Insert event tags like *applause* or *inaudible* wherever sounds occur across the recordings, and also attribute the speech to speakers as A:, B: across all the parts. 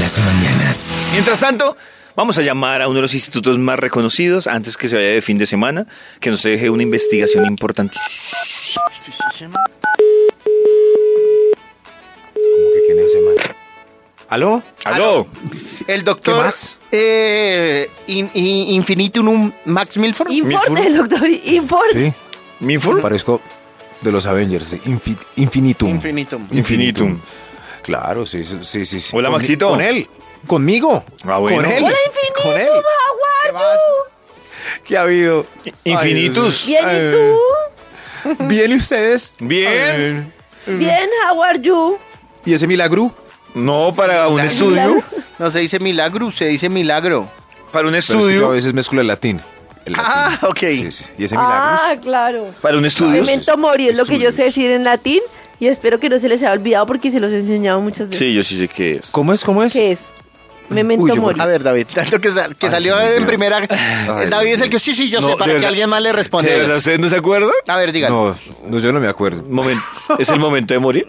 A: las mañanas.
B: Mientras tanto, vamos a llamar a uno de los institutos más reconocidos antes que se vaya de fin de semana, que nos deje una investigación importantísima.
C: Como que quién es ese man? ¿Aló?
B: ¡Aló!
D: El doctor.
C: ¿Qué más?
D: eh, in- in- infinitum Max Milford.
E: Importe, doctor, importe.
C: Sí.
B: ¿Minful?
C: Parezco de los Avengers. sí. Infi- infinitum.
D: Infinitum.
B: Infinitum.
C: Claro, sí, sí, sí. sí.
B: Hola,
C: Con-
B: Maxito.
C: Con él. Conmigo.
B: Ah, bueno.
C: Con él.
B: Hola,
E: Infinitum,
C: Con él.
E: Hawái.
D: ¿Qué más?
C: ¿Qué ha habido?
B: Infinitus.
C: Ay, Dios
E: Bien,
C: mío.
E: ¿y tú?
C: Ay, ¿Bien y ustedes?
B: Bien.
E: Bien, how are you?
C: ¿Y ese milagro?
B: No, para un estudio.
D: No se dice milagro, se dice milagro.
B: Para un
C: Pero es que yo a
B: estudio.
C: veces mezclo el latín. El latín.
D: Ah, ok.
C: Sí, sí. ¿Y ese milagro?
E: Ah, claro.
B: Para un estudio.
E: Memento mori es lo que yo sé
C: Estudios.
E: decir en latín y espero que no se les haya olvidado porque se los he enseñado muchas veces.
B: Sí, yo sí sé qué es.
C: ¿Cómo es? ¿Cómo es?
E: ¿Qué es? Memento
C: Uy, yo-
E: mori.
D: A ver, David, tanto que, sal- que
C: Ay,
D: salió
C: se me
D: en
C: olvidó.
D: primera.
C: Ay,
D: David es
C: Dios
D: el que sí, sí, yo
B: No,
D: sé,
B: de
D: para que
B: verdad.
D: alguien más le responda.
B: ¿De verdad ustedes no se acuerdan?
D: A ver, digan. No.
C: No, no, yo no me acuerdo.
B: Momen- ¿Es el momento de morir?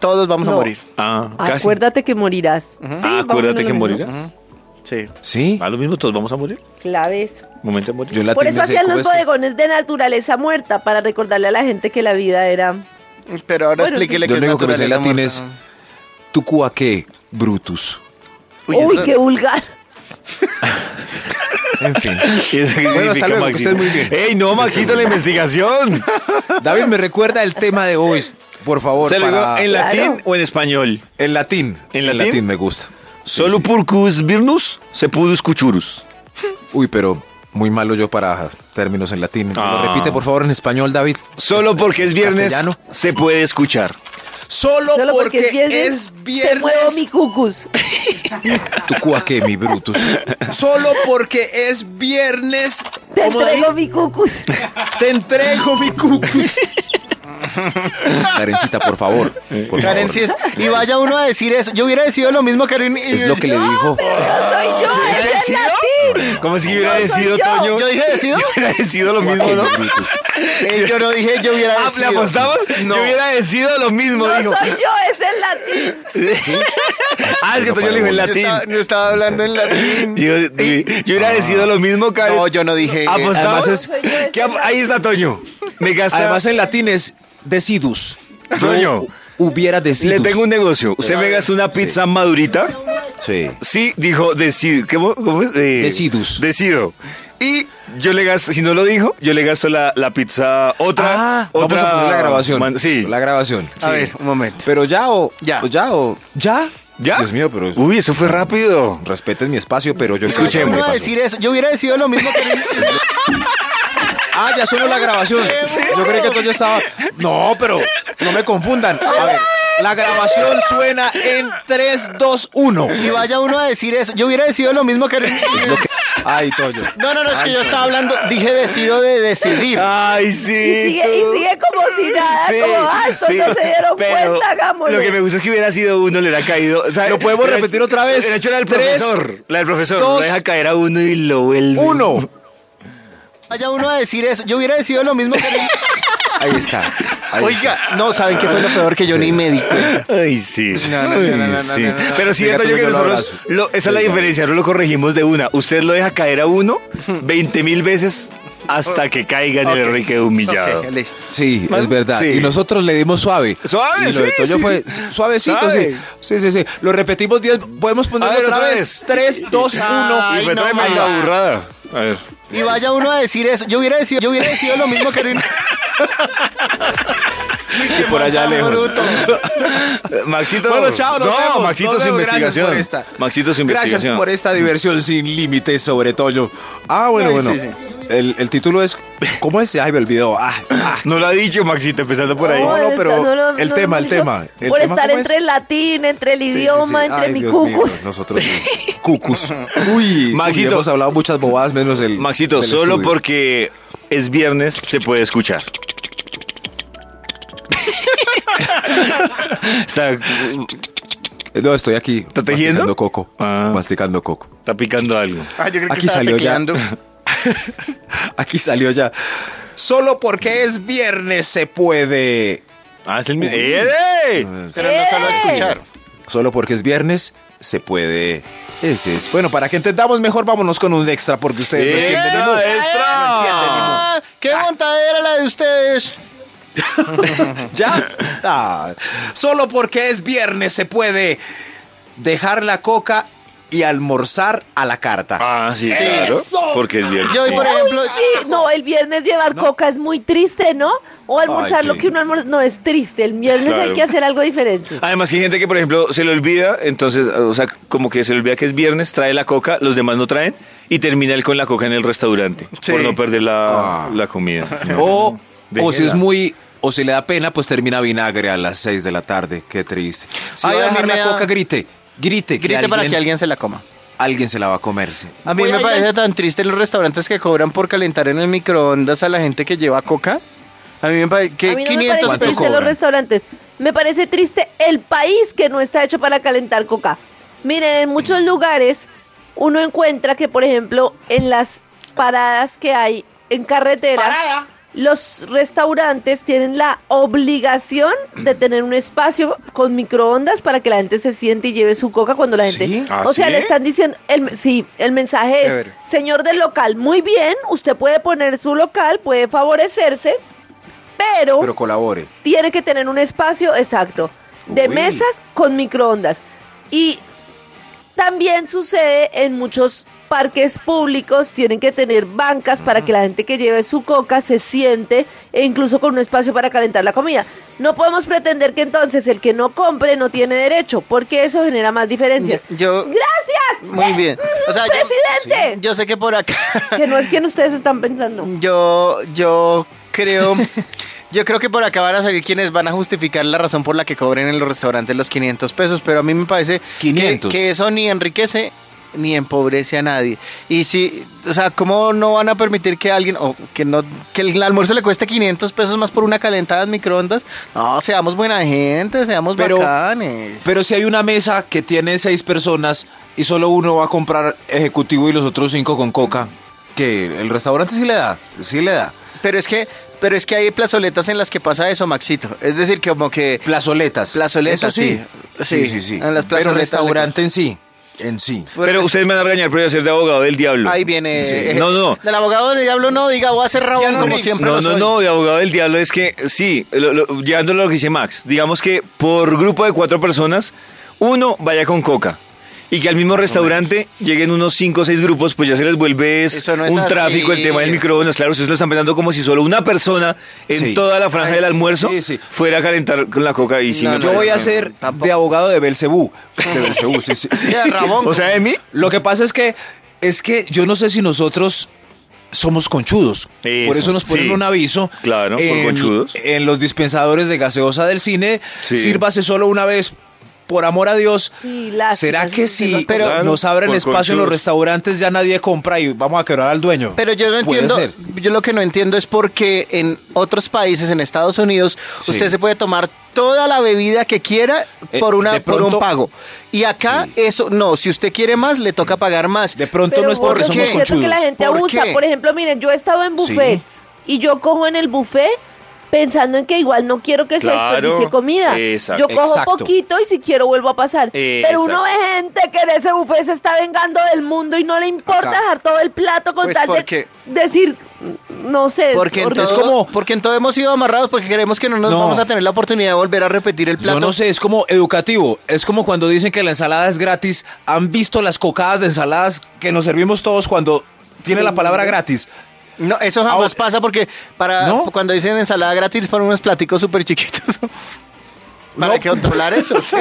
D: todos vamos a
E: No.
D: morir.
B: Ah, casi.
E: Acuérdate que morirás. Sí,
B: Ah, acuérdate
E: vámonos,
B: que
E: vámonos.
B: morirás.
D: Sí.
C: ¿Sí?
B: A lo mismo, todos vamos a morir.
E: Clave eso.
B: Momento de morir.
C: Yo en latín
E: Por eso
C: me sé
E: hacían
C: cómo
E: los
C: es que-
E: bodegones de naturaleza muerta, para recordarle a la gente que la vida era...
D: Pero ahora
E: Bueno,
D: explíquele
C: Yo
D: que
C: lo único que me sé en latín
D: naturaleza
C: es tu cuaque, Brutus.
D: muerta.
E: Uy,
D: eso-
E: qué vulgar.
C: En fin.
B: *laughs* *laughs* ¿Y eso qué
C: Bueno, hasta
B: significa,
C: luego, que
B: Maxito?
C: estés muy bien.
B: ¡Ey, no, Maxito, la investigación!
C: David, ¿me recuerda el tema de hoy? Por favor,
B: ¿Se lo digo
C: para-
B: en latín
E: Claro.
B: o en español?
C: en latín.
B: ¿En latín?
C: me gusta.
B: Solo purcus virnus se pudus cuchurus.
C: Uy, pero muy malo yo para términos en latín. ¿Me
B: Ah.
C: Lo repite, por favor, en español, David.
B: Solo porque es viernes
C: castellano.
B: se puede escuchar.
C: Solo,
E: Solo porque, es viernes, te muevo mi cucus.
C: Tu cuaque, mi
B: *laughs*
C: Brutus. Solo porque es viernes.
E: Te
C: ¿cómo, David?
E: entrego mi
C: *laughs*
E: cucus.
C: Te entrego mi
B: *laughs*
C: cucus. Karencita, por favor. por
D: Karen,
C: favor.
D: sí es- y vaya uno a decir eso. Yo hubiera decidido lo mismo, Karen. Eh, y-
C: Es lo que le dijo.
E: No soy yo, es el latín.
B: Como si hubiera
E: No soy
B: decidido,
E: yo.
B: Toño.
D: ¿Yo dije
C: *laughs*
D: decido?
B: Yo hubiera decidido lo mismo,
C: Cuaque,
B: ¿no?
C: mi Brutus.
D: Eh, yo no dije, yo hubiera
B: Ah, ¿Le
D: decidido.
B: apostamos?
D: No.
B: Yo hubiera decidido lo mismo,
E: No
B: digo.
E: soy yo, es el latín.
B: Ah, es que
C: No
B: Toño le dijo en
C: podemos.
D: Yo
B: latín.
D: estaba- no estaba hablando en latín.
B: Yo, yo- yo hubiera decidido lo mismo, Karen.
D: No, yo eh, no dije.
B: ¿Apostamos?
C: Además es-
E: No soy yo, es
B: ¿Qué
E: el
B: ap- ahí está Toño. Me gasté.
C: Además, en latín es decidus. Yo
B: Toño.
C: Hubiera decidus.
B: le tengo un negocio. Usted me gasta una pizza madurita.
C: Sí.
B: Sí, dijo, decid, ¿cómo, cómo es? Eh,
C: Decidus.
B: Decido. Y yo le gasto, si no lo dijo, yo le gasto la, la pizza otra.
C: Ah,
B: otra
C: vamos a poner la grabación.
B: man- sí.
C: La grabación.
D: A ver, un momento.
C: Pero ya o
D: Ya.
C: o ya o ya.
B: ¿Ya?
C: Dios mío, pero
B: Uy, eso fue rápido.
C: respeten mi espacio, pero yo
B: Escuchemos.
C: ¿Qué
D: Yo no
C: pasó?
D: iba a decir eso. Yo hubiera decidido lo mismo, Karen.
C: Ah, ya solo la
B: *laughs*
C: grabación. Yo creí que todo ya estaba. No, pero no me confundan. A ver, la grabación suena en 3 2 1.
D: Y vaya uno a decir eso. Yo hubiera decidido lo mismo, Karen.
C: Ay, Toyo.
D: No, no, no, es que yo estaba hablando, dije decido de decidir.
B: Ay, sí.
E: Y sigue, y sigue como si nada,
B: Sí,
E: como, ah, estos
B: sí,
E: no se dieron
B: pero
E: cuenta, hagámoslo.
B: Lo que me gusta es que hubiera sido uno, le hubiera caído. o sea,
C: ¿Lo podemos
B: hubiera-
C: repetir otra vez?
B: Hubiera hecho la del
C: Tres,
B: profesor. La del profesor.
C: dos,
B: lo deja caer a uno y lo vuelve.
C: 1.
D: Vaya uno a decir eso. Yo hubiera decidido lo mismo, Karen.
C: Ahí está. Ahí está.
D: Oiga, no, ¿saben qué fue lo peor que yo ni me di cuenta?
B: Ay, sí.
D: no, no,
B: Ay,
D: no, no, no,
B: sí.
D: no, no, no.
B: Pero sí,
C: Venga,
B: Toño, que
C: Toño, lo
B: nosotros.
C: abrazo.
B: lo- esa es la
C: Venga.
B: diferencia, nosotros lo corregimos de una. Usted lo deja caer a uno 20 mil veces hasta que caiga en el
D: Ok.
B: enrique humillado.
D: Ok, listo.
C: Sí,
B: ¿Más?
C: es verdad.
B: Sí.
C: Y nosotros le dimos suave.
B: Suave,
C: Y lo de
B: sí,
C: Toño
B: sí.
C: fue suavecito,
B: Suave.
C: sí. Sí, sí, sí. Lo repetimos 10. Podemos
B: A
C: ponerlo
B: ver,
C: otra
B: otra
C: vez. 3, 2, 1.
D: Ay,
B: y me
D: no,
B: trae
D: mamá.
B: la burrada. A ver.
D: Y vaya uno a decir eso. Yo hubiera decidido, yo hubiera decidido lo mismo,
C: *laughs*
D: Karen.
C: Y por allá lejos.
B: Maxito.
C: Bueno, chao, nos
B: no,
C: vemos,
B: Maxito
C: nos
B: su
C: vemos, gracias
B: investigación.
C: por esta.
B: Maxito su
C: Gracias
B: investigación.
C: por esta diversión sin límites sobre Toño. Ah, bueno,
D: Ay,
C: bueno.
D: sí,
C: El, el título es. ¿Cómo es? Ay, me olvidó. Ah, ah.
B: No lo ha dicho Maxito, empezando por ahí.
C: No, no,
E: esta-
C: pero
E: lo-
C: el
E: lo
C: tema, el
E: dijo.
C: tema. ¿El
E: Por
C: tema
E: estar
C: cómo es?
E: entre el latín, entre el
C: Sí, sí,
E: idioma,
C: sí.
E: entre
C: Ay,
E: mi
C: Dios
E: cucus.
C: mío, pues nosotros sí.
B: *laughs*
C: Cucus. Uy,
B: Maxito.
C: Maxito. hemos hablado muchas bobadas menos el.
B: Maxito,
C: del
B: solo
C: estudio.
B: porque es viernes se puede escuchar. *laughs* está, está
C: Eh, No, estoy aquí.
B: ¿Está tejiendo?
C: Masticando coco.
B: Ah.
C: Masticando coco. *laughs*
B: picando algo.
D: Ah, yo creo
C: Aquí salió ya.
D: tequeando.
C: Aquí salió ya. Solo porque es viernes se puede.
B: Ah, es el mismo. ¡Eh!
D: Pero no solo a escuchar.
C: Solo porque es viernes se puede. Ese es. Bueno, para que entendamos mejor, vámonos con un extra porque ustedes no entienden ni mu.
D: ¡Extra! ¡Qué montadera la de ustedes!
B: *laughs*
C: ¿Ya? Ah, solo porque es viernes se puede dejar la coca y almorzar a la carta.
B: Ah, sí,
D: Sí.
B: claro.
D: Eso.
B: Porque el viernes.
D: Yo hoy, por
E: Ay,
D: ejemplo...
E: sí. No, el viernes llevar coca es muy triste, ¿no? O almorzar
C: Ay, sí.
E: lo que uno almorza. No, es triste. El viernes
B: Claro.
E: hay que hacer algo diferente.
B: Además que hay gente que, por ejemplo, se le olvida, entonces, o sea, como que se le olvida que es viernes, trae la coca, los demás no traen, y termina él con la coca en el restaurante,
D: Sí.
B: por no perder la,
C: Ah.
B: la *laughs* comida. No.
D: *laughs*
C: O, o si
B: Déjela.
C: es muy. O si le da pena, pues termina vinagre a las 6 de la tarde. Qué triste. Si
D: Ay,
C: va a
D: a mí
C: dejar
D: me
C: la
D: da-
C: coca, grite. Grite, que
D: Grite para que
C: alguien,
D: alguien se la coma.
C: alguien se la va a comerse.
D: A mí
E: Voy
D: me
E: allá.
D: parece tan triste los restaurantes que cobran por calentar en el microondas a la gente que lleva coca. A mí me parece que
E: a mí no
D: 500
E: me parece
C: ¿Cuánto
E: triste
D: pesos.
E: los
C: cobran?
E: restaurantes. Me parece triste el país que no está hecho para calentar coca. Miren, en muchos lugares uno encuentra que, por ejemplo, en las paradas que hay en carretera, los restaurantes tienen la obligación de tener un espacio con microondas para que la gente se siente y lleve su coca cuando la gente...
C: ¿Sí?
B: ¿Ah,
E: O sea,
B: sí?
E: le están diciendo... El, sí, el mensaje es,
D: Chévere.
E: señor del local, muy bien, usted puede poner su local, puede favorecerse, pero
C: Pero colabore.
E: tiene que tener un espacio exacto de
C: Uy.
E: mesas con microondas. Y también sucede en muchos parques públicos, tienen que tener bancas para que la gente que lleve su coca se siente e incluso con un espacio para calentar la comida. No podemos pretender que entonces el que no compre no tiene derecho, porque eso genera más diferencias.
D: Yo-
E: Gracias.
D: Muy
E: eh, *laughs*
D: bien.
E: mm,
D: O sea, yo-
E: presidente.
D: Yo sé que por acá
E: Que no es quien ustedes están pensando.
D: yo yo creo yo creo que por acá van a salir quienes van a justificar la razón por la que cobren en los restaurantes los 500 pesos, pero a mí me parece que-
C: 500.
D: Que, eso ni enriquece ni empobrece a nadie. Y si, o sea, ¿cómo no van a permitir que alguien o que no que el almuerzo le cueste 500 pesos más por una calentada en microondas? No, seamos buena gente, seamos
C: Pero-
D: bacanes.
C: Pero si hay una mesa que tiene seis personas y solo uno va a comprar ejecutivo y los otros cinco con coca, que el restaurante sí le da, sí le da.
D: Pero es que pero es que hay plazoletas en las que pasa eso, Maxito. Es decir, como que
C: Plazoletas.
D: Plazoletas,
C: Eso sí.
D: sí.
C: Sí, sí, sí.
D: En las
C: Pero
D: plazoletas le-
C: restaurante en sí, en sí.
B: Pero ustedes me van a regañar, pero voy a ser de abogado del diablo.
D: Ahí viene.
B: Sí.
D: eh,
B: No, no.
D: Del abogado del diablo no, diga, voy a ser rabón
C: Keanu
D: como
C: Reeves.
D: siempre.
B: No,
D: lo
B: no,
D: soy.
B: no, de abogado del diablo es que sí, lo, lo- llevándolo a lo que dice Max, digamos que por grupo de cuatro personas, uno vaya con coca. Y que al mismo restaurante lleguen unos cinco o seis grupos, pues ya se les vuelve es
D: Eso no es
B: un
D: así.
B: tráfico el tema del microondas. Claro, ustedes lo están pensando como si solo una persona en
C: Sí.
B: toda la franja del almuerzo
C: sí, sí.
B: fuera a calentar con la coca. Y si
D: No,
B: me
D: no,
C: Yo
B: parece-
C: voy a
D: no,
C: ser
D: tampoco.
C: de abogado de Belcebú. De Belcebú, sí, sí, sí. *laughs*
D: Diga, rabón.
B: O sea, de mí.
C: Lo que pasa es que, es que yo no sé si nosotros somos conchudos.
B: Eso,
C: por eso nos ponen
B: sí.
C: un aviso.
B: Claro, por conchudos.
C: En los dispensadores de gaseosa del cine,
B: Sí.
C: sírvase solo una vez. Por amor a Dios,
E: Sí, lástima,
C: ¿será
E: sí,
C: que
E: sí,
C: si
E: no, pero-
C: nos abren
B: Por
C: espacio en los
B: conchudos.
C: restaurantes ya nadie compra y vamos a quebrar al dueño?
D: pero yo no
C: Puede
D: entiendo,
C: ser.
D: yo lo que no entiendo es por qué en otros países, en Estados Unidos,
C: Sí.
D: usted se puede tomar toda la bebida que quiera
C: Eh,
D: por, una,
C: de
D: por
C: pronto-
D: un pago. Y acá eso, no, si usted quiere más, le toca pagar más.
C: Mm. De pronto no es porque
E: gordo,
C: somos
E: es cierto
C: conchudos.
E: que la gente
D: ¿Por
E: abusa.
D: qué?
E: Por ejemplo, miren, yo he estado en
C: Sí.
E: buffets y yo cojo en el buffet pensando en que igual no quiero que se
B: Claro.
E: desperdicie comida.
B: Exacto.
E: yo cojo
C: Exacto.
E: poquito y si quiero vuelvo a pasar. Pero
B: Exacto.
E: uno ve gente que en ese buffet se está vengando del mundo y no le importa
C: Acá.
E: dejar todo el plato con
D: Pues
E: tal
D: porque-
E: de decir, no sé, es
D: Porque en,
E: horrible.
D: todo,
C: Es como-
D: porque en todo hemos sido amarrados porque queremos que no nos
C: No.
D: vamos a tener la oportunidad de volver a repetir el plato.
C: Yo no sé, es como educativo. Es como cuando dicen que la ensalada es gratis. Han visto las cocadas de ensaladas que nos servimos todos cuando tiene la palabra gratis.
D: No, eso jamás
C: Ahora-
D: pasa porque para
C: Ah, ¿No?
D: cuando dicen ensalada gratis ponen unos platicos súper chiquitos. *laughs* para
C: No.
D: que
C: *laughs*
D: controlar eso, sí.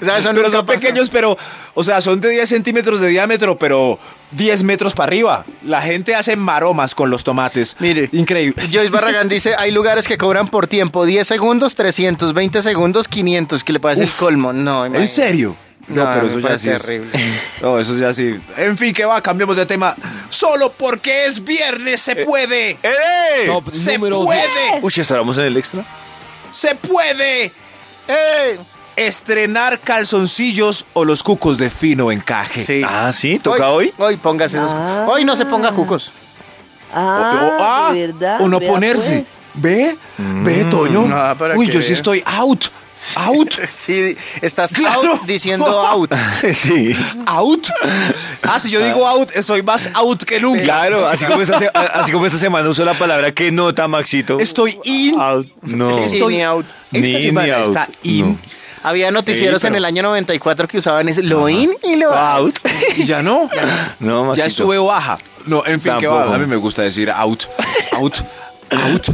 D: O sea, eso
C: pero
D: nunca
C: son
D: pasa.
C: pequeños, pero, o sea, son de 10 centímetros de diámetro, pero 10 metros para arriba. La gente hace maromas con los tomates.
D: Mire,
C: Increíble.
D: *laughs* Joyce Barragán dice, hay lugares que cobran por tiempo, 10 segundos, 300, 20 segundos, 500, que le parece el
C: Uf.
D: colmo. No,
C: ¿En
D: imagínate.
C: serio? No,
D: No,
C: pero
D: me
C: eso ya
D: parece
C: sí es-
D: terrible.
C: *laughs* No, eso ya sí. En fin, que va, cambiemos de tema. Solo porque es viernes se puede.
B: ¡Eh!
A: Top
C: se
A: número
C: puede.
B: Uy, estábamos en el extra.
C: Se puede.
D: ¡Ey!
C: Estrenar calzoncillos o los cucos de fino encaje.
D: Sí.
B: Ah, sí, toca hoy.
D: Hoy póngase esos.
E: Ah.
D: Hoy no se ponga jucos.
C: O- o-
E: Ah,
C: ah,
E: de verdad.
C: o no
E: vea,
C: ponerse.
E: pues.
C: ¿Ve? ¿Ve, Toño?
D: No, ¿para
C: Uy,
D: qué?
C: yo sí estoy out. Out.
D: *laughs* Sí, estás
C: Claro.
B: *laughs*
D: out
C: *laughs*
D: diciendo out.
B: Sí.
C: ¿Out? Ah, si yo digo out, estoy más out que nunca.
B: Claro, así
C: *laughs*
B: como, esta, se- a- así como esta semana usó la palabra que nota, Maxito.
C: Estoy in.
B: Out. No.
D: Sí,
C: Estoy
D: ni out.
C: Esta
B: Ni,
C: semana
B: ni out.
C: está in.
B: No.
D: Había noticieros
B: Sí, pero-
D: en el año 94 que usaban ese, lo in y lo out. *laughs*
B: Out.
C: Y ya no.
B: No, Maxito.
C: ya estuve baja. No, en fin, que
B: Tampoco.
C: va. A mí me gusta decir out, out, out.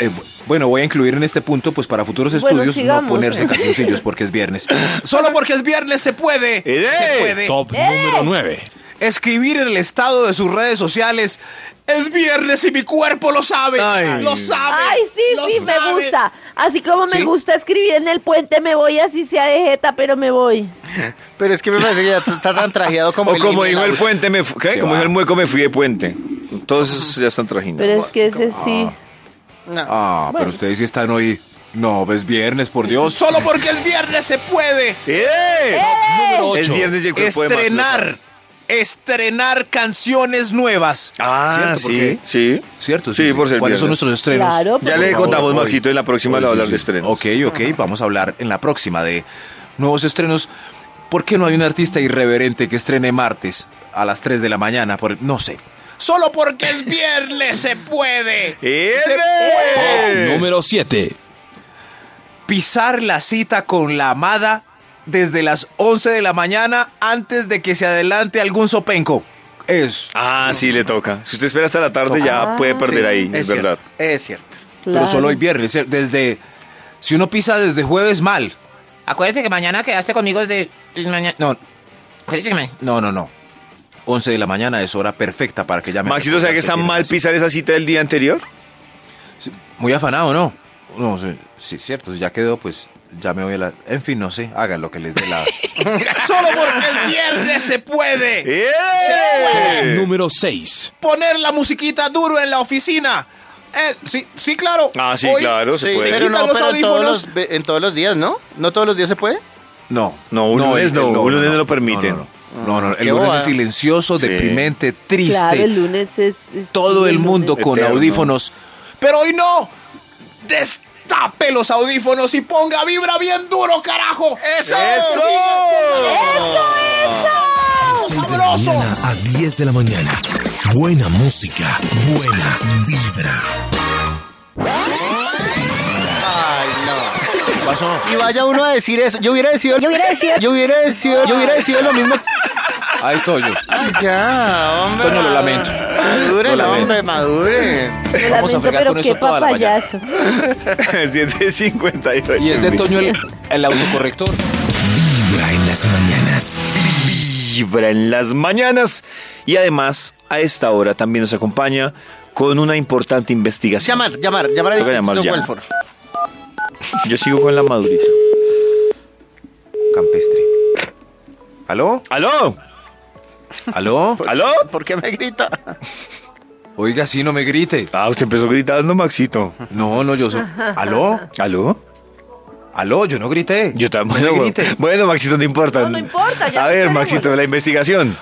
C: Eh, bu- bueno, voy a incluir en este punto, pues para futuros
E: Bueno,
C: estudios, no
E: sigamos.
C: ponerse calzoncillos porque es
B: *laughs*
C: viernes. Solo porque es viernes se puede.
B: ¡Eh!
C: Se puede.
A: Top
E: ¡Eh!
A: número 9.
C: Escribir en el estado de sus redes sociales. Es viernes y mi cuerpo lo sabe.
B: Ay.
C: Lo sabe.
E: Ay, sí,
C: lo
E: sí, me
C: sabe.
E: gusta. Así como me
C: ¿Sí?
E: gusta escribir en el puente, me voy así sea de jeta, pero me voy.
D: Pero es que me parece que ya está tan trajeado
B: *laughs*
D: como
B: O como
D: in y
B: dijo el
D: out.
B: puente, me fu- ¿qué?
C: Qué
B: Como
C: va.
B: dijo el mueco, me fui de puente. Todos ya están trajinando.
E: Pero es que ese sí.
D: No.
C: Ah, pero ustedes sí están hoy. No, es viernes, por Dios.
B: *laughs*
C: Solo porque es viernes se puede.
B: ¡Eh!
A: Número 8.
B: Es viernes y el cuerpo de Max lo
C: estrenar, estrenar canciones nuevas.
B: sabe. Ah,
C: ¿Cierto?
B: sí,
C: Porque-
B: sí.
C: Cierto,
B: Sí, por ser
C: ¿Cuáles son
B: viernes.
C: nuestros estrenos?
E: Claro,
B: Ya
E: por
B: le
E: favor.
B: contamos,
C: hoy.
B: Maxito, en la próxima
C: Hoy,
B: le va
C: sí,
B: a hablar
C: sí.
B: de estrenos.
C: Ok, ok, vamos a hablar en la próxima de nuevos estrenos. ¿Por qué no hay un artista irreverente que estrene martes a las 3 de la mañana? Por, no sé. Solo porque es viernes se puede.
B: ¡Eh!
C: Se Oh, puede.
A: Número 7.
C: pisar la cita con la amada desde las 11 de la mañana antes de que se adelante algún sopenco. Es.
B: Ah, sí, le toca. Si usted espera hasta la tarde, ya
E: Ah,
B: puede perder
D: Sí,
B: ahí, es,
D: cierto,
B: verdad.
D: Es cierto.
E: Claro.
C: Pero solo hoy viernes, ¿cierto? desde... Si uno pisa desde jueves mal.
F: Acuérdese que mañana quedaste conmigo desde... maña- No, acuérdese que ma-
C: No, no, no. 11 de la mañana es hora perfecta para que llame.
B: Maxito, ¿sabe que está mal pisar esa cita del día anterior?
C: Sí, Muy afanado, ¿no? No, sí, sí, cierto. Si ya quedó, pues ya me voy a la... En fin, no sé. Hagan lo que les dé la...
B: *laughs*
C: Solo porque es viernes se puede.
B: ¡Eh!
A: Número 6.
C: poner la musiquita duro en la oficina. Eh, sí, sí, claro.
B: Ah, sí,
C: Hoy-
B: claro, se
D: Sí,
B: puede.
D: pero
C: Quita los
D: no, pero en todos,
C: audífonos.
D: los, ve- en todos los días, ¿no? ¿No todos los días se puede?
C: No.
B: No, un lunes
C: el-
B: no,
C: el-
B: un lunes no lo permiten.
C: No, no, no, no,
D: Qué
C: el lunes
D: boba.
C: es silencioso,
B: Sí.
C: deprimente, triste.
E: Claro, el lunes es. es-
C: Todo el mundo
B: lunes.
C: con
B: Eterno.
C: audífonos. Pero hoy no. Destape los audífonos y ponga vibra bien duro, carajo. Eso.
G: De 6 de la
C: ¡Sabroso!
G: mañana a 10 de la mañana. Buena música, buena vibra.
C: ¿Qué pasó?
D: Y vaya uno a decir eso. Yo hubiera decidido. Yo hubiera decidido. Yo hubiera decidido. Yo hubiera decidido lo mismo.
C: Ay, Toyo.
D: Ay, ya, hombre.
B: Pues
C: Toño, lo lamento.
D: Maduren,
C: Lo
D: hombre, maduren.
E: Lo
C: Vamos a
E: lamento,
C: fregar
E: pero
C: con
E: qué
C: eso toda la mañana.
B: *laughs*
E: papayazo.
B: 7.58.
C: Y es de Toño el, el autocorrector.
G: Vibra en las mañanas.
B: Vibra en las mañanas. Y además, a esta hora también nos acompaña con una importante investigación.
D: Llamar, llamar, llamar al
B: Toca llamar
D: Instituto
B: ya.
D: Welford.
B: Yo sigo con la madurez.
C: Campestre. ¿Aló?
B: ¡Aló!
C: ¿Aló?
B: ¿Aló?
D: ¿Por qué me grita?
C: Oiga, sí, no me grite.
B: Ah, usted empezó gritando, Maxito.
C: No, no, yo soy. ¿Aló?
B: ¿Aló?
C: ¿Aló? Yo no grité.
B: Yo también.
C: No me
B: Bueno,
C: grite.
B: bueno, Maxito, no importa.
E: No, no importa, ya
B: A ver,
E: superemos.
B: Maxito, la investigación.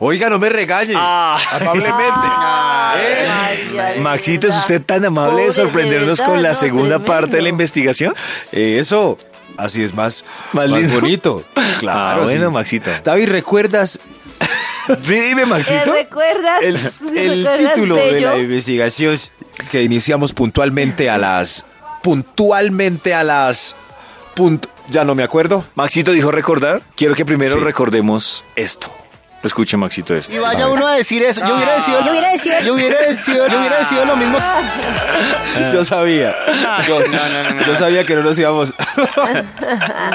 C: Oiga, no me regañe.
B: Ah.
C: Amablemente. eh.
E: Ay, ya, de
B: Maxito, ¿es
E: verdad.
B: usted tan amable de
E: Pobre,
B: sorprendernos
E: verdad,
B: con la
E: no,
B: segunda
E: tremendo.
B: parte de la investigación?
C: Ah, Eh, Eso. Así es más,
B: Más
C: más,
B: lindo.
C: bonito. Claro.
B: *laughs* Ah, bueno,
C: sí.
B: Maxito.
C: David,
B: *laughs*
C: ¿recuerdas
B: Dime,
E: Eh, *laughs*
B: Maxito.
E: ¿Recuerdas?
C: el, el
E: ¿Recuerdas,
C: título de
E: Bello?
C: la investigación que iniciamos puntualmente a las. puntualmente a las. punt- ya no me acuerdo.
B: Maxito dijo recordar. Quiero que primero
C: Sí.
B: recordemos esto. Escuche, Maxito, esto.
D: Y vaya uno a decir eso. Yo
B: Ah.
D: hubiera decidido. Yo hubiera decidido. Yo hubiera decidido. Yo hubiera decidido lo mismo.
B: Ah.
C: *laughs* Yo sabía. Yo, yo sabía que no nos íbamos.
D: No, no,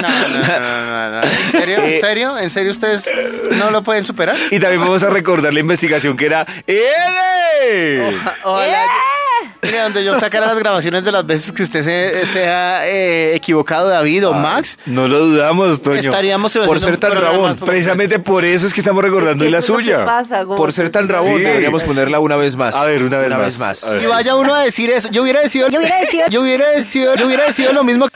D: no, no, no, no. ¿En serio? ¿En serio? ¿En serio ustedes no lo pueden superar?
B: Y también vamos a recordar la investigación que era L.
D: *laughs* Hola. Mire, donde yo sacara las grabaciones de las veces que usted se, se ha eh, equivocado, David o Max,
B: No lo dudamos, Toño.
D: estaríamos
C: por ser
D: haciendo un
C: tan
D: programa
C: rabón,
D: por-
B: Precisamente por eso es que estamos recordando
E: Es que
B: la
E: eso es lo que
B: suya.
E: pasa, Gonzo,
C: Por ser tan
E: sí.
C: rabón,
B: Sí.
C: deberíamos ponerla una vez más.
B: A ver, una vez más. A ver.
D: Y vaya uno a decir eso. Yo hubiera decidido. Yo hubiera decidido. Yo hubiera decidido. Yo hubiera decidido lo mismo.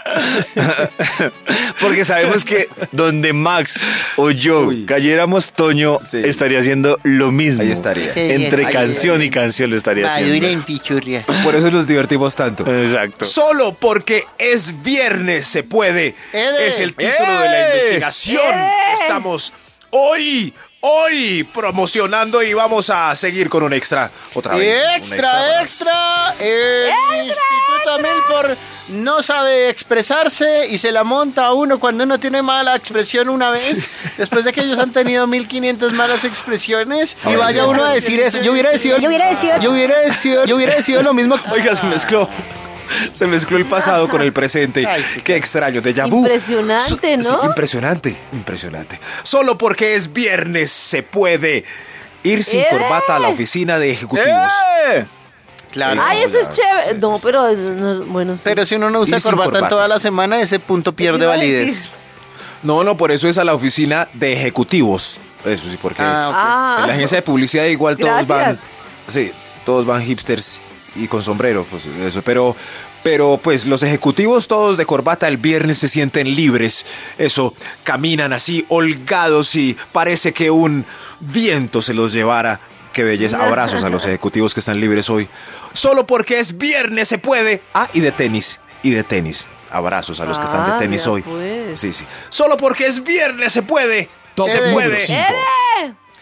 B: Porque sabemos que donde Max o yo
C: Uy.
B: cayéramos, Toño
C: Sí.
B: estaría haciendo lo mismo.
C: Ahí estaría.
D: Qué bien.
B: Entre
D: Ahí
B: canción y canción lo estaría haciendo.
D: pichurria.
C: Por eso nos divertimos tanto.
B: Exacto.
C: Solo porque es viernes se puede.
D: ¡Ede!
C: Es el título de la
B: ¡Eh!
C: investigación. que Estamos hoy, hoy promocionando y vamos a seguir con un extra otra
D: Y
C: vez. un
D: extra,
C: para-
D: extra. El Instituto Milford no sabe expresarse y se la monta a uno cuando uno tiene mala expresión una vez. Después de que ellos han tenido 1500 malas expresiones. Y
C: ver,
D: vaya
C: sí.
D: uno a decir eso. Yo hubiera decidido.
H: Yo hubiera decidido-
D: Yo hubiera decidido, yo hubiera decidido lo mismo.
C: *laughs* Oiga, se mezcló. Se mezcló el pasado con el presente.
D: Ay, sí,
C: Qué extraño, de vu.
E: Impresionante,
C: So- sí,
E: ¿no?
C: impresionante, impresionante. Solo porque es viernes se puede ir sin
E: ¡Eh!
C: corbata a la oficina de ejecutivos.
B: ¡Eh!
D: Claro.
E: Ay, eso es
C: Sí,
E: chévere.
C: sí,
E: no,
C: sí.
E: pero no- bueno, sí.
D: Pero si uno no usa
C: Y sin
D: corbata, en
C: corbata.
D: toda la semana, ese punto pierde
E: iba a decir.
D: validez.
C: No, no, por eso es a la oficina de ejecutivos. Eso sí, porque
D: Ah,
E: Ah,
C: en la agencia de publicidad igual todos van.
E: Gracias.
C: Sí, todos van hipsters y con sombrero, pues eso. Pero, pero pues los ejecutivos todos de corbata el viernes se sienten libres. Eso, caminan así, holgados y parece que un viento se los llevara. Qué
E: *laughs*
C: belleza. Abrazos a los ejecutivos que están libres hoy. Solo porque es viernes se puede. Ah, y de tenis. Y de tenis. Abrazos a los que están
E: Ah,
C: de tenis
E: vea
C: hoy.
E: pues.
C: Sí, sí. Solo porque es viernes se puede.
A: Top
C: se
A: número
C: puede.
A: cinco.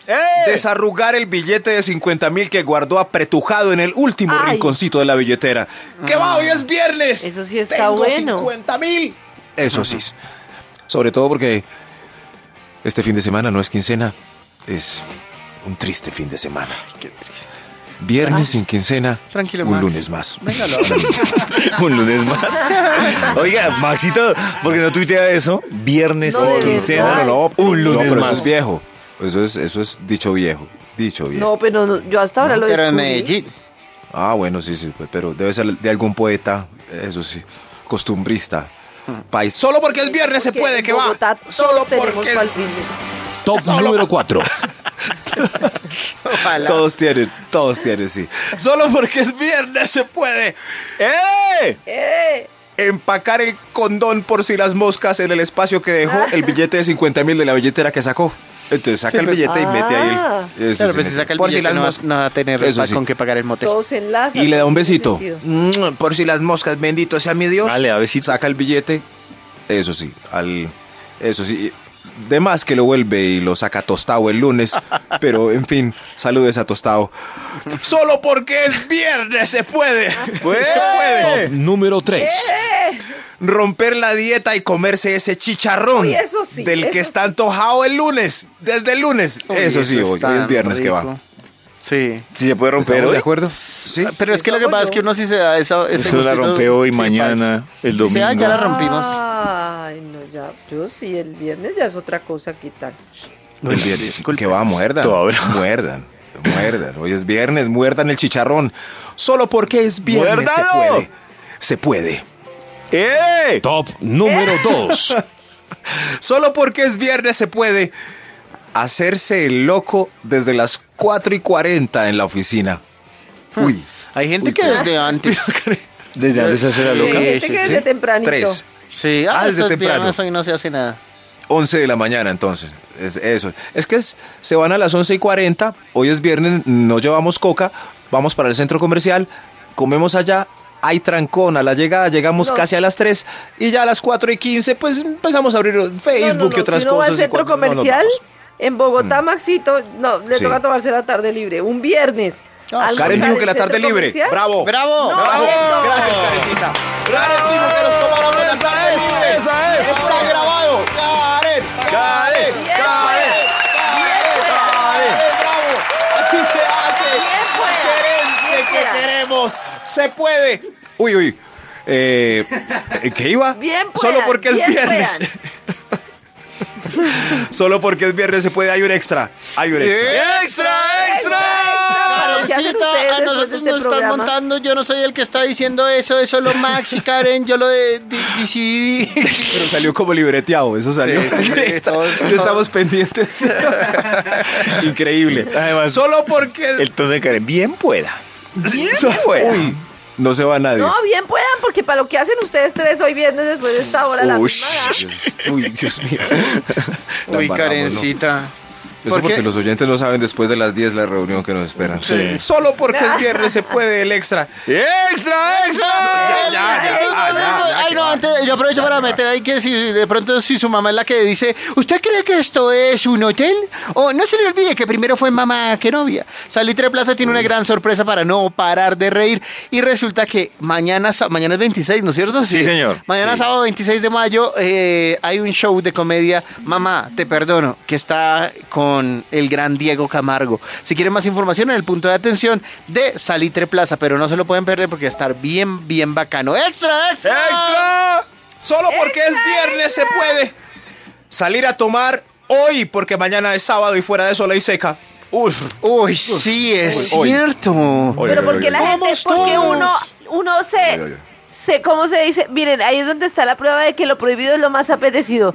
E: ¡Eh!
C: Desarrugar el billete de 50 mil que guardó apretujado en el último
E: Ay.
C: rinconcito de la billetera. ¡Que va! Hoy es viernes.
E: Eso sí está bueno.
C: mil. Eso sí. Sobre todo porque este fin de semana no es quincena, es un triste fin de semana. qué triste. Viernes sin quincena,
D: Tranquilo,
C: un
D: Max.
C: lunes más. *laughs*
D: venga, lo-
B: Un lunes más. Oiga, Maxito, porque no tuitea eso. Viernes,
E: No, de
B: quincena,
E: verdad.
B: no, un
C: no,
B: lunes
C: pero eso
B: más.
C: es viejo. Eso es, eso es dicho viejo. Dicho viejo.
E: No, pero no- yo hasta ahora lo
D: Pero en
E: descubrí.
D: Medellín.
C: Ah, bueno, sí, sí, pe- pero debe ser de algún poeta, eso sí, costumbrista. País. Solo porque es viernes se
E: Porque
C: puede
E: en
C: que va.
E: Bogotá todos
C: Solo
E: tenemos
C: porque es-
E: pa'l fin de-
A: Top número 4.
D: Ojalá.
C: todos tienen, todos tienen, sí. Solo porque es viernes se puede. ¡Eh!
E: ¡Eh!
C: Empacar el condón por si las moscas en el espacio que dejó el
E: Ah.
C: billete de 50 mil de la billetera que sacó. Entonces saca
D: Sí,
C: el
D: pero-
C: billete y mete ahí.
E: pues, Ah.
C: el- eso
D: Claro,
C: sí,
D: pues
C: mete.
D: si saca el
C: Por
D: billete, no, va,
C: moscas-
D: no va a tener
C: Eso
D: pa-
C: sí.
D: con qué pagar el motel.
E: Todos se enlazan.
C: Y le da un
E: tiene
C: besito.
E: sentido.
C: Mm, Por si las moscas, bendito sea mi Dios.
B: Dale, a besito.
C: Saca el billete. Eso sí, al. Eso sí. De más que lo vuelve y lo saca tostado el
B: *laughs*
C: lunes. pero en fin, saludes a tostado. Solo porque es viernes se
E: *laughs*
C: puede.
B: Pues,
A: Top número 3.
F: Eh.
C: Romper la dieta y comerse ese chicharrón.
E: Uy, eso sí,
C: Del que
E: eso
C: está
E: sí.
C: antojado el lunes. Desde el lunes.
D: Uy,
C: eso sí,
D: es
C: hoy, hoy es
D: tan
C: viernes que va.
D: rico. Sí.
B: Si se puede romper
C: ¿Estamos
B: hoy.
C: de acuerdo? Sí.
D: Pero es que lo
E: Eso
D: que pasa
E: hago
D: es
E: yo.
D: que uno sí se da esa, ese
B: Eso la
D: gustito,
B: rompe hoy,
D: sí,
B: mañana, el
D: Dice,
B: domingo.
D: "Ah, ya la rompe". rompimos.
E: Ay, no, ya. Yo sí, el viernes ya es otra cosa. ¿Qué tal?
C: El viernes. Que va, muerdan.
B: Todo habrá.
C: Muerdan. Muerdan. Hoy es viernes, muerdan el chicharrón. Solo porque es viernes se
B: ¡Muérdalo!
C: puede. Se puede.
B: ¡Eh!
A: Top número 2.
C: Solo porque es viernes se puede hacerse el loco desde las 4 y 40 en la oficina. Uy.
D: pasa. Hay gente
C: Uy,
D: que
C: pero- *laughs*
D: desde antes.
B: Desde antes se hace la
D: Sí.
E: Hay
B: loca.
E: gente que
D: sí,
E: desde tempranito.
C: Tres.
D: Sí,
C: Ah,
D: ah,
C: desde
D: estos
C: temprano.
D: viernes hoy no se hace nada.
C: 11 de la mañana entonces. Es eso. Es que es- se van a las 11 y 40. Hoy es viernes, no llevamos coca. Vamos para el centro comercial. Comemos allá. Hay trancón a la llegada. Llegamos
E: No.
C: casi a las 3. Y ya a las 4 y 15 pues empezamos a abrir
E: No,
C: Facebook
E: no, no,
C: y otras
E: si uno va
C: cosas.
E: al
C: y
E: centro
C: cuando- no, no,
E: comercial,
C: vamos.
E: en Bogotá, Maxito, no, le
C: Sí.
E: toca tomarse la tarde libre. Un viernes.
D: Ah,
E: Algo
C: Karen
E: para
C: dijo
E: el
C: que la
E: centro
C: tarde libre.
E: comercial.
C: Bravo.
D: ¡Bravo!
E: No, Alberto.
C: Gracias, Karencita. Karen dijo que nos tomamos la tarde libre. Está grabado. Karen. Karen.
E: Bien, pues.
C: Karen.
E: Bien, pues.
C: ¡Bravo! ¡Así se hace!
E: Bien, pues.
C: ¡Gerente
E: Bien,
C: que
E: pues.
C: queremos! ¡Se puede! Uy, uy. Eh, ¿Qué iba?
E: Bien, pues,
C: Solo porque es
E: bien,
C: viernes. Solo porque es viernes se puede. Hay un extra. Hay un extra. ¡Extra, extra!
E: ¿Qué hacen ustedes
D: Karencita, a
E: después
D: nosotros
E: de este
D: nos están
E: programa?
D: montando. Yo no soy el que está diciendo eso. Eso lo Max y Karen. Yo lo de- di-
C: *laughs*
D: decidí.
C: Pero salió como libreteado, eso salió.
D: Sí, sí, sí,
C: Está-
D: todo-
C: ya estamos *laughs* pendientes. Increíble.
B: Además,
C: Solo porque...
B: El tono de Karen, bien pueda.
C: So-
B: fuera.
C: Uy, no se va nadie.
E: No, bien puedan, porque para lo que hacen ustedes tres hoy viernes después de esta hora,
C: *laughs*
E: la
C: Uy,
E: misma edad.
C: Dios- Uy, Dios mío. *laughs* La
D: Uy,
C: embarramos, ¿no?
D: Karencita.
C: Eso
D: ¿Por qué?
C: porque los oyentes no saben después de las 10 la reunión que nos esperan.
A: Sí.
C: Solo porque es viernes se puede el extra.
B: ¡Extra, extra!
D: Ay, no, antes, yo aprovecho para meter ahí que si de pronto si su mamá es la que dice, ¿usted cree que esto es un hotel? O no se le olvide que primero fue mamá que novia. Salitre Plaza tiene una gran sorpresa para no parar de reír. Y resulta que mañana, sa- mañana es 26, ¿no es cierto?
B: Sí, señor.
D: Mañana
B: Sí.
D: sábado 26 de mayo eh, hay un show de comedia, Mamá, te perdono, que está con el gran Diego Camargo. Si quieren más información, en el punto de atención de Salitre Plaza, pero no se lo pueden perder porque va a estar bien, bien bacano. ¡Extra, extra!
B: ¡Extra! Eh.
C: Solo porque es viernes se puede salir a tomar hoy porque mañana es sábado y fuera de eso ley seca. Uf.
D: Uy, sí, es
C: Uy, uy.
D: cierto.
C: Oye,
E: Pero
C: oye,
E: porque
C: oye,
E: la
C: oye.
E: gente, porque uno, uno
C: Oye, oye.
E: se, se, ¿cómo se dice? Miren, ahí es donde está la prueba de que lo prohibido es lo más apetecido.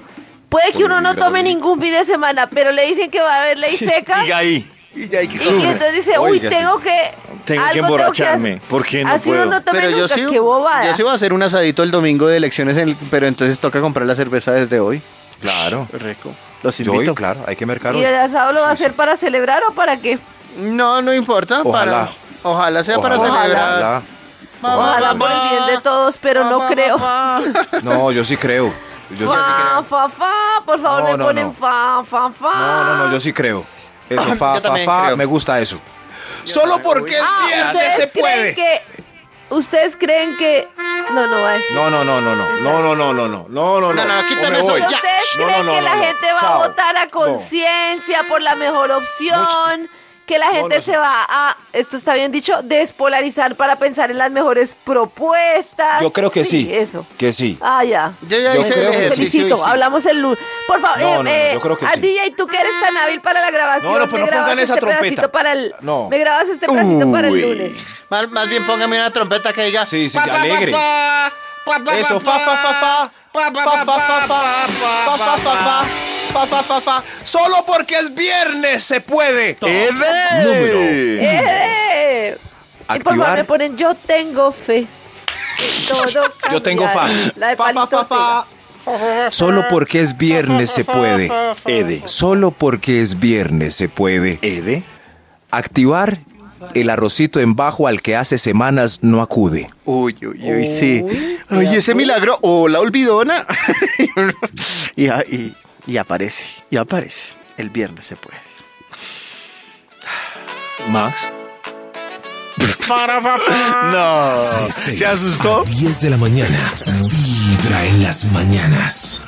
E: Puede que uno no tome ningún fin de semana, pero le dicen que va a haber ley seca.
B: Y ahí,
E: Y que entonces dice, uy,
C: Oiga, sí.
E: tengo que.
B: Tengo que
E: algo
B: emborracharme,
E: hacer".
B: ¿por qué no
E: Así
B: puedo?
E: uno no tome
D: Pero yo
E: nunca,
D: sí,
E: qué bobada.
D: yo sí voy a hacer un asadito el domingo de elecciones, en el- pero entonces toca comprar la cerveza desde hoy.
C: Claro.
D: Rico. Los
C: Yo hoy,
D: invito.
C: claro, hay que mercar hoy.
E: ¿Y el asado lo va a hacer para celebrar o para qué?
D: No, no importa.
C: Ojalá.
D: para- ojalá sea para
C: Ojalá,
D: celebrar.
C: ojalá.
D: Mamá,
E: Ojalá por el bien de todos, pero no creo. *laughs*
D: pues.
C: No, yo sí creo. Yo sí
E: Fa, fa, fa, por favor,
C: No,
E: me
C: no,
E: ponen
C: no.
E: fa, fa, fa.
C: No, no, no, yo sí creo. Eso, fa,
D: Yo
C: fa,
D: también
C: fa,
D: creo.
C: me gusta eso. Solo porque es
E: Ah,
C: viernes
E: ¿ustedes
C: se
E: creen
C: puede.
E: que ustedes creen que no no va a decir.
C: No, no, no, no, no, no, no, no, no, no, no, no,
D: No, no,
C: no,
D: quítame
C: o me
D: eso
C: voy.
D: ya.
E: ¿Ustedes
C: No,
E: creen
C: no, no,
E: que la
C: no, no.
E: gente va
C: Chao.
E: a votar a
C: No.
E: conciencia por la mejor opción? Que la gente se va a, esto está bien dicho, despolarizar para pensar en las mejores propuestas.
C: Yo creo que sí,
E: Eso.
C: que sí.
E: Ah, ya.
D: Yo ya
C: Yo
D: hice
C: creo
D: el
C: que
E: Te
C: sí.
D: ejercicio
E: felicito.
D: y sí.
E: Hablamos el lunes. Por favor,
C: No,
E: eh,
C: no, no,
E: eh,
C: yo creo que
E: a
C: sí.
E: DJ, tú que eres tan hábil para la grabación.
C: No, no, pero
E: me
C: no
E: grabas
C: pongan esa
E: este
C: trompeta.
E: pedacito Para el,
C: No.
E: Me grabas este pedacito para el lunes.
D: Más, más bien póngame una trompeta que diga.
C: Sí, sí, sí, Pues alegre. Eso, fa, fa, fa, fa. Fa, fa, fa, fa. Fa, fa, fa, fa. Fa, fa, fa, fa. Solo porque es viernes se puede.
A: Número.
E: ¡Eh! Y por favor, me
C: Activar.
E: ponen yo tengo fe. que Todo
C: Yo tengo
E: cambiará.
C: fa.
E: La de
D: Pa, pa, pa,
E: Palito
D: pa.
E: Ortega.
C: Solo porque es viernes se puede.
B: Ede.
C: Solo porque es viernes se puede.
B: Ede.
C: Activar el arrocito en bajo al que hace semanas no acude.
D: Uy, uy, pues. uy, sí. Uy, ese milagro. O la olvidona. *laughs* y, a- y- y aparece. Y aparece. El viernes se puede.
A: Max.
B: No.
G: De seis
B: ¿Se asustó?
G: a 10 de la mañana. Vibra en las mañanas.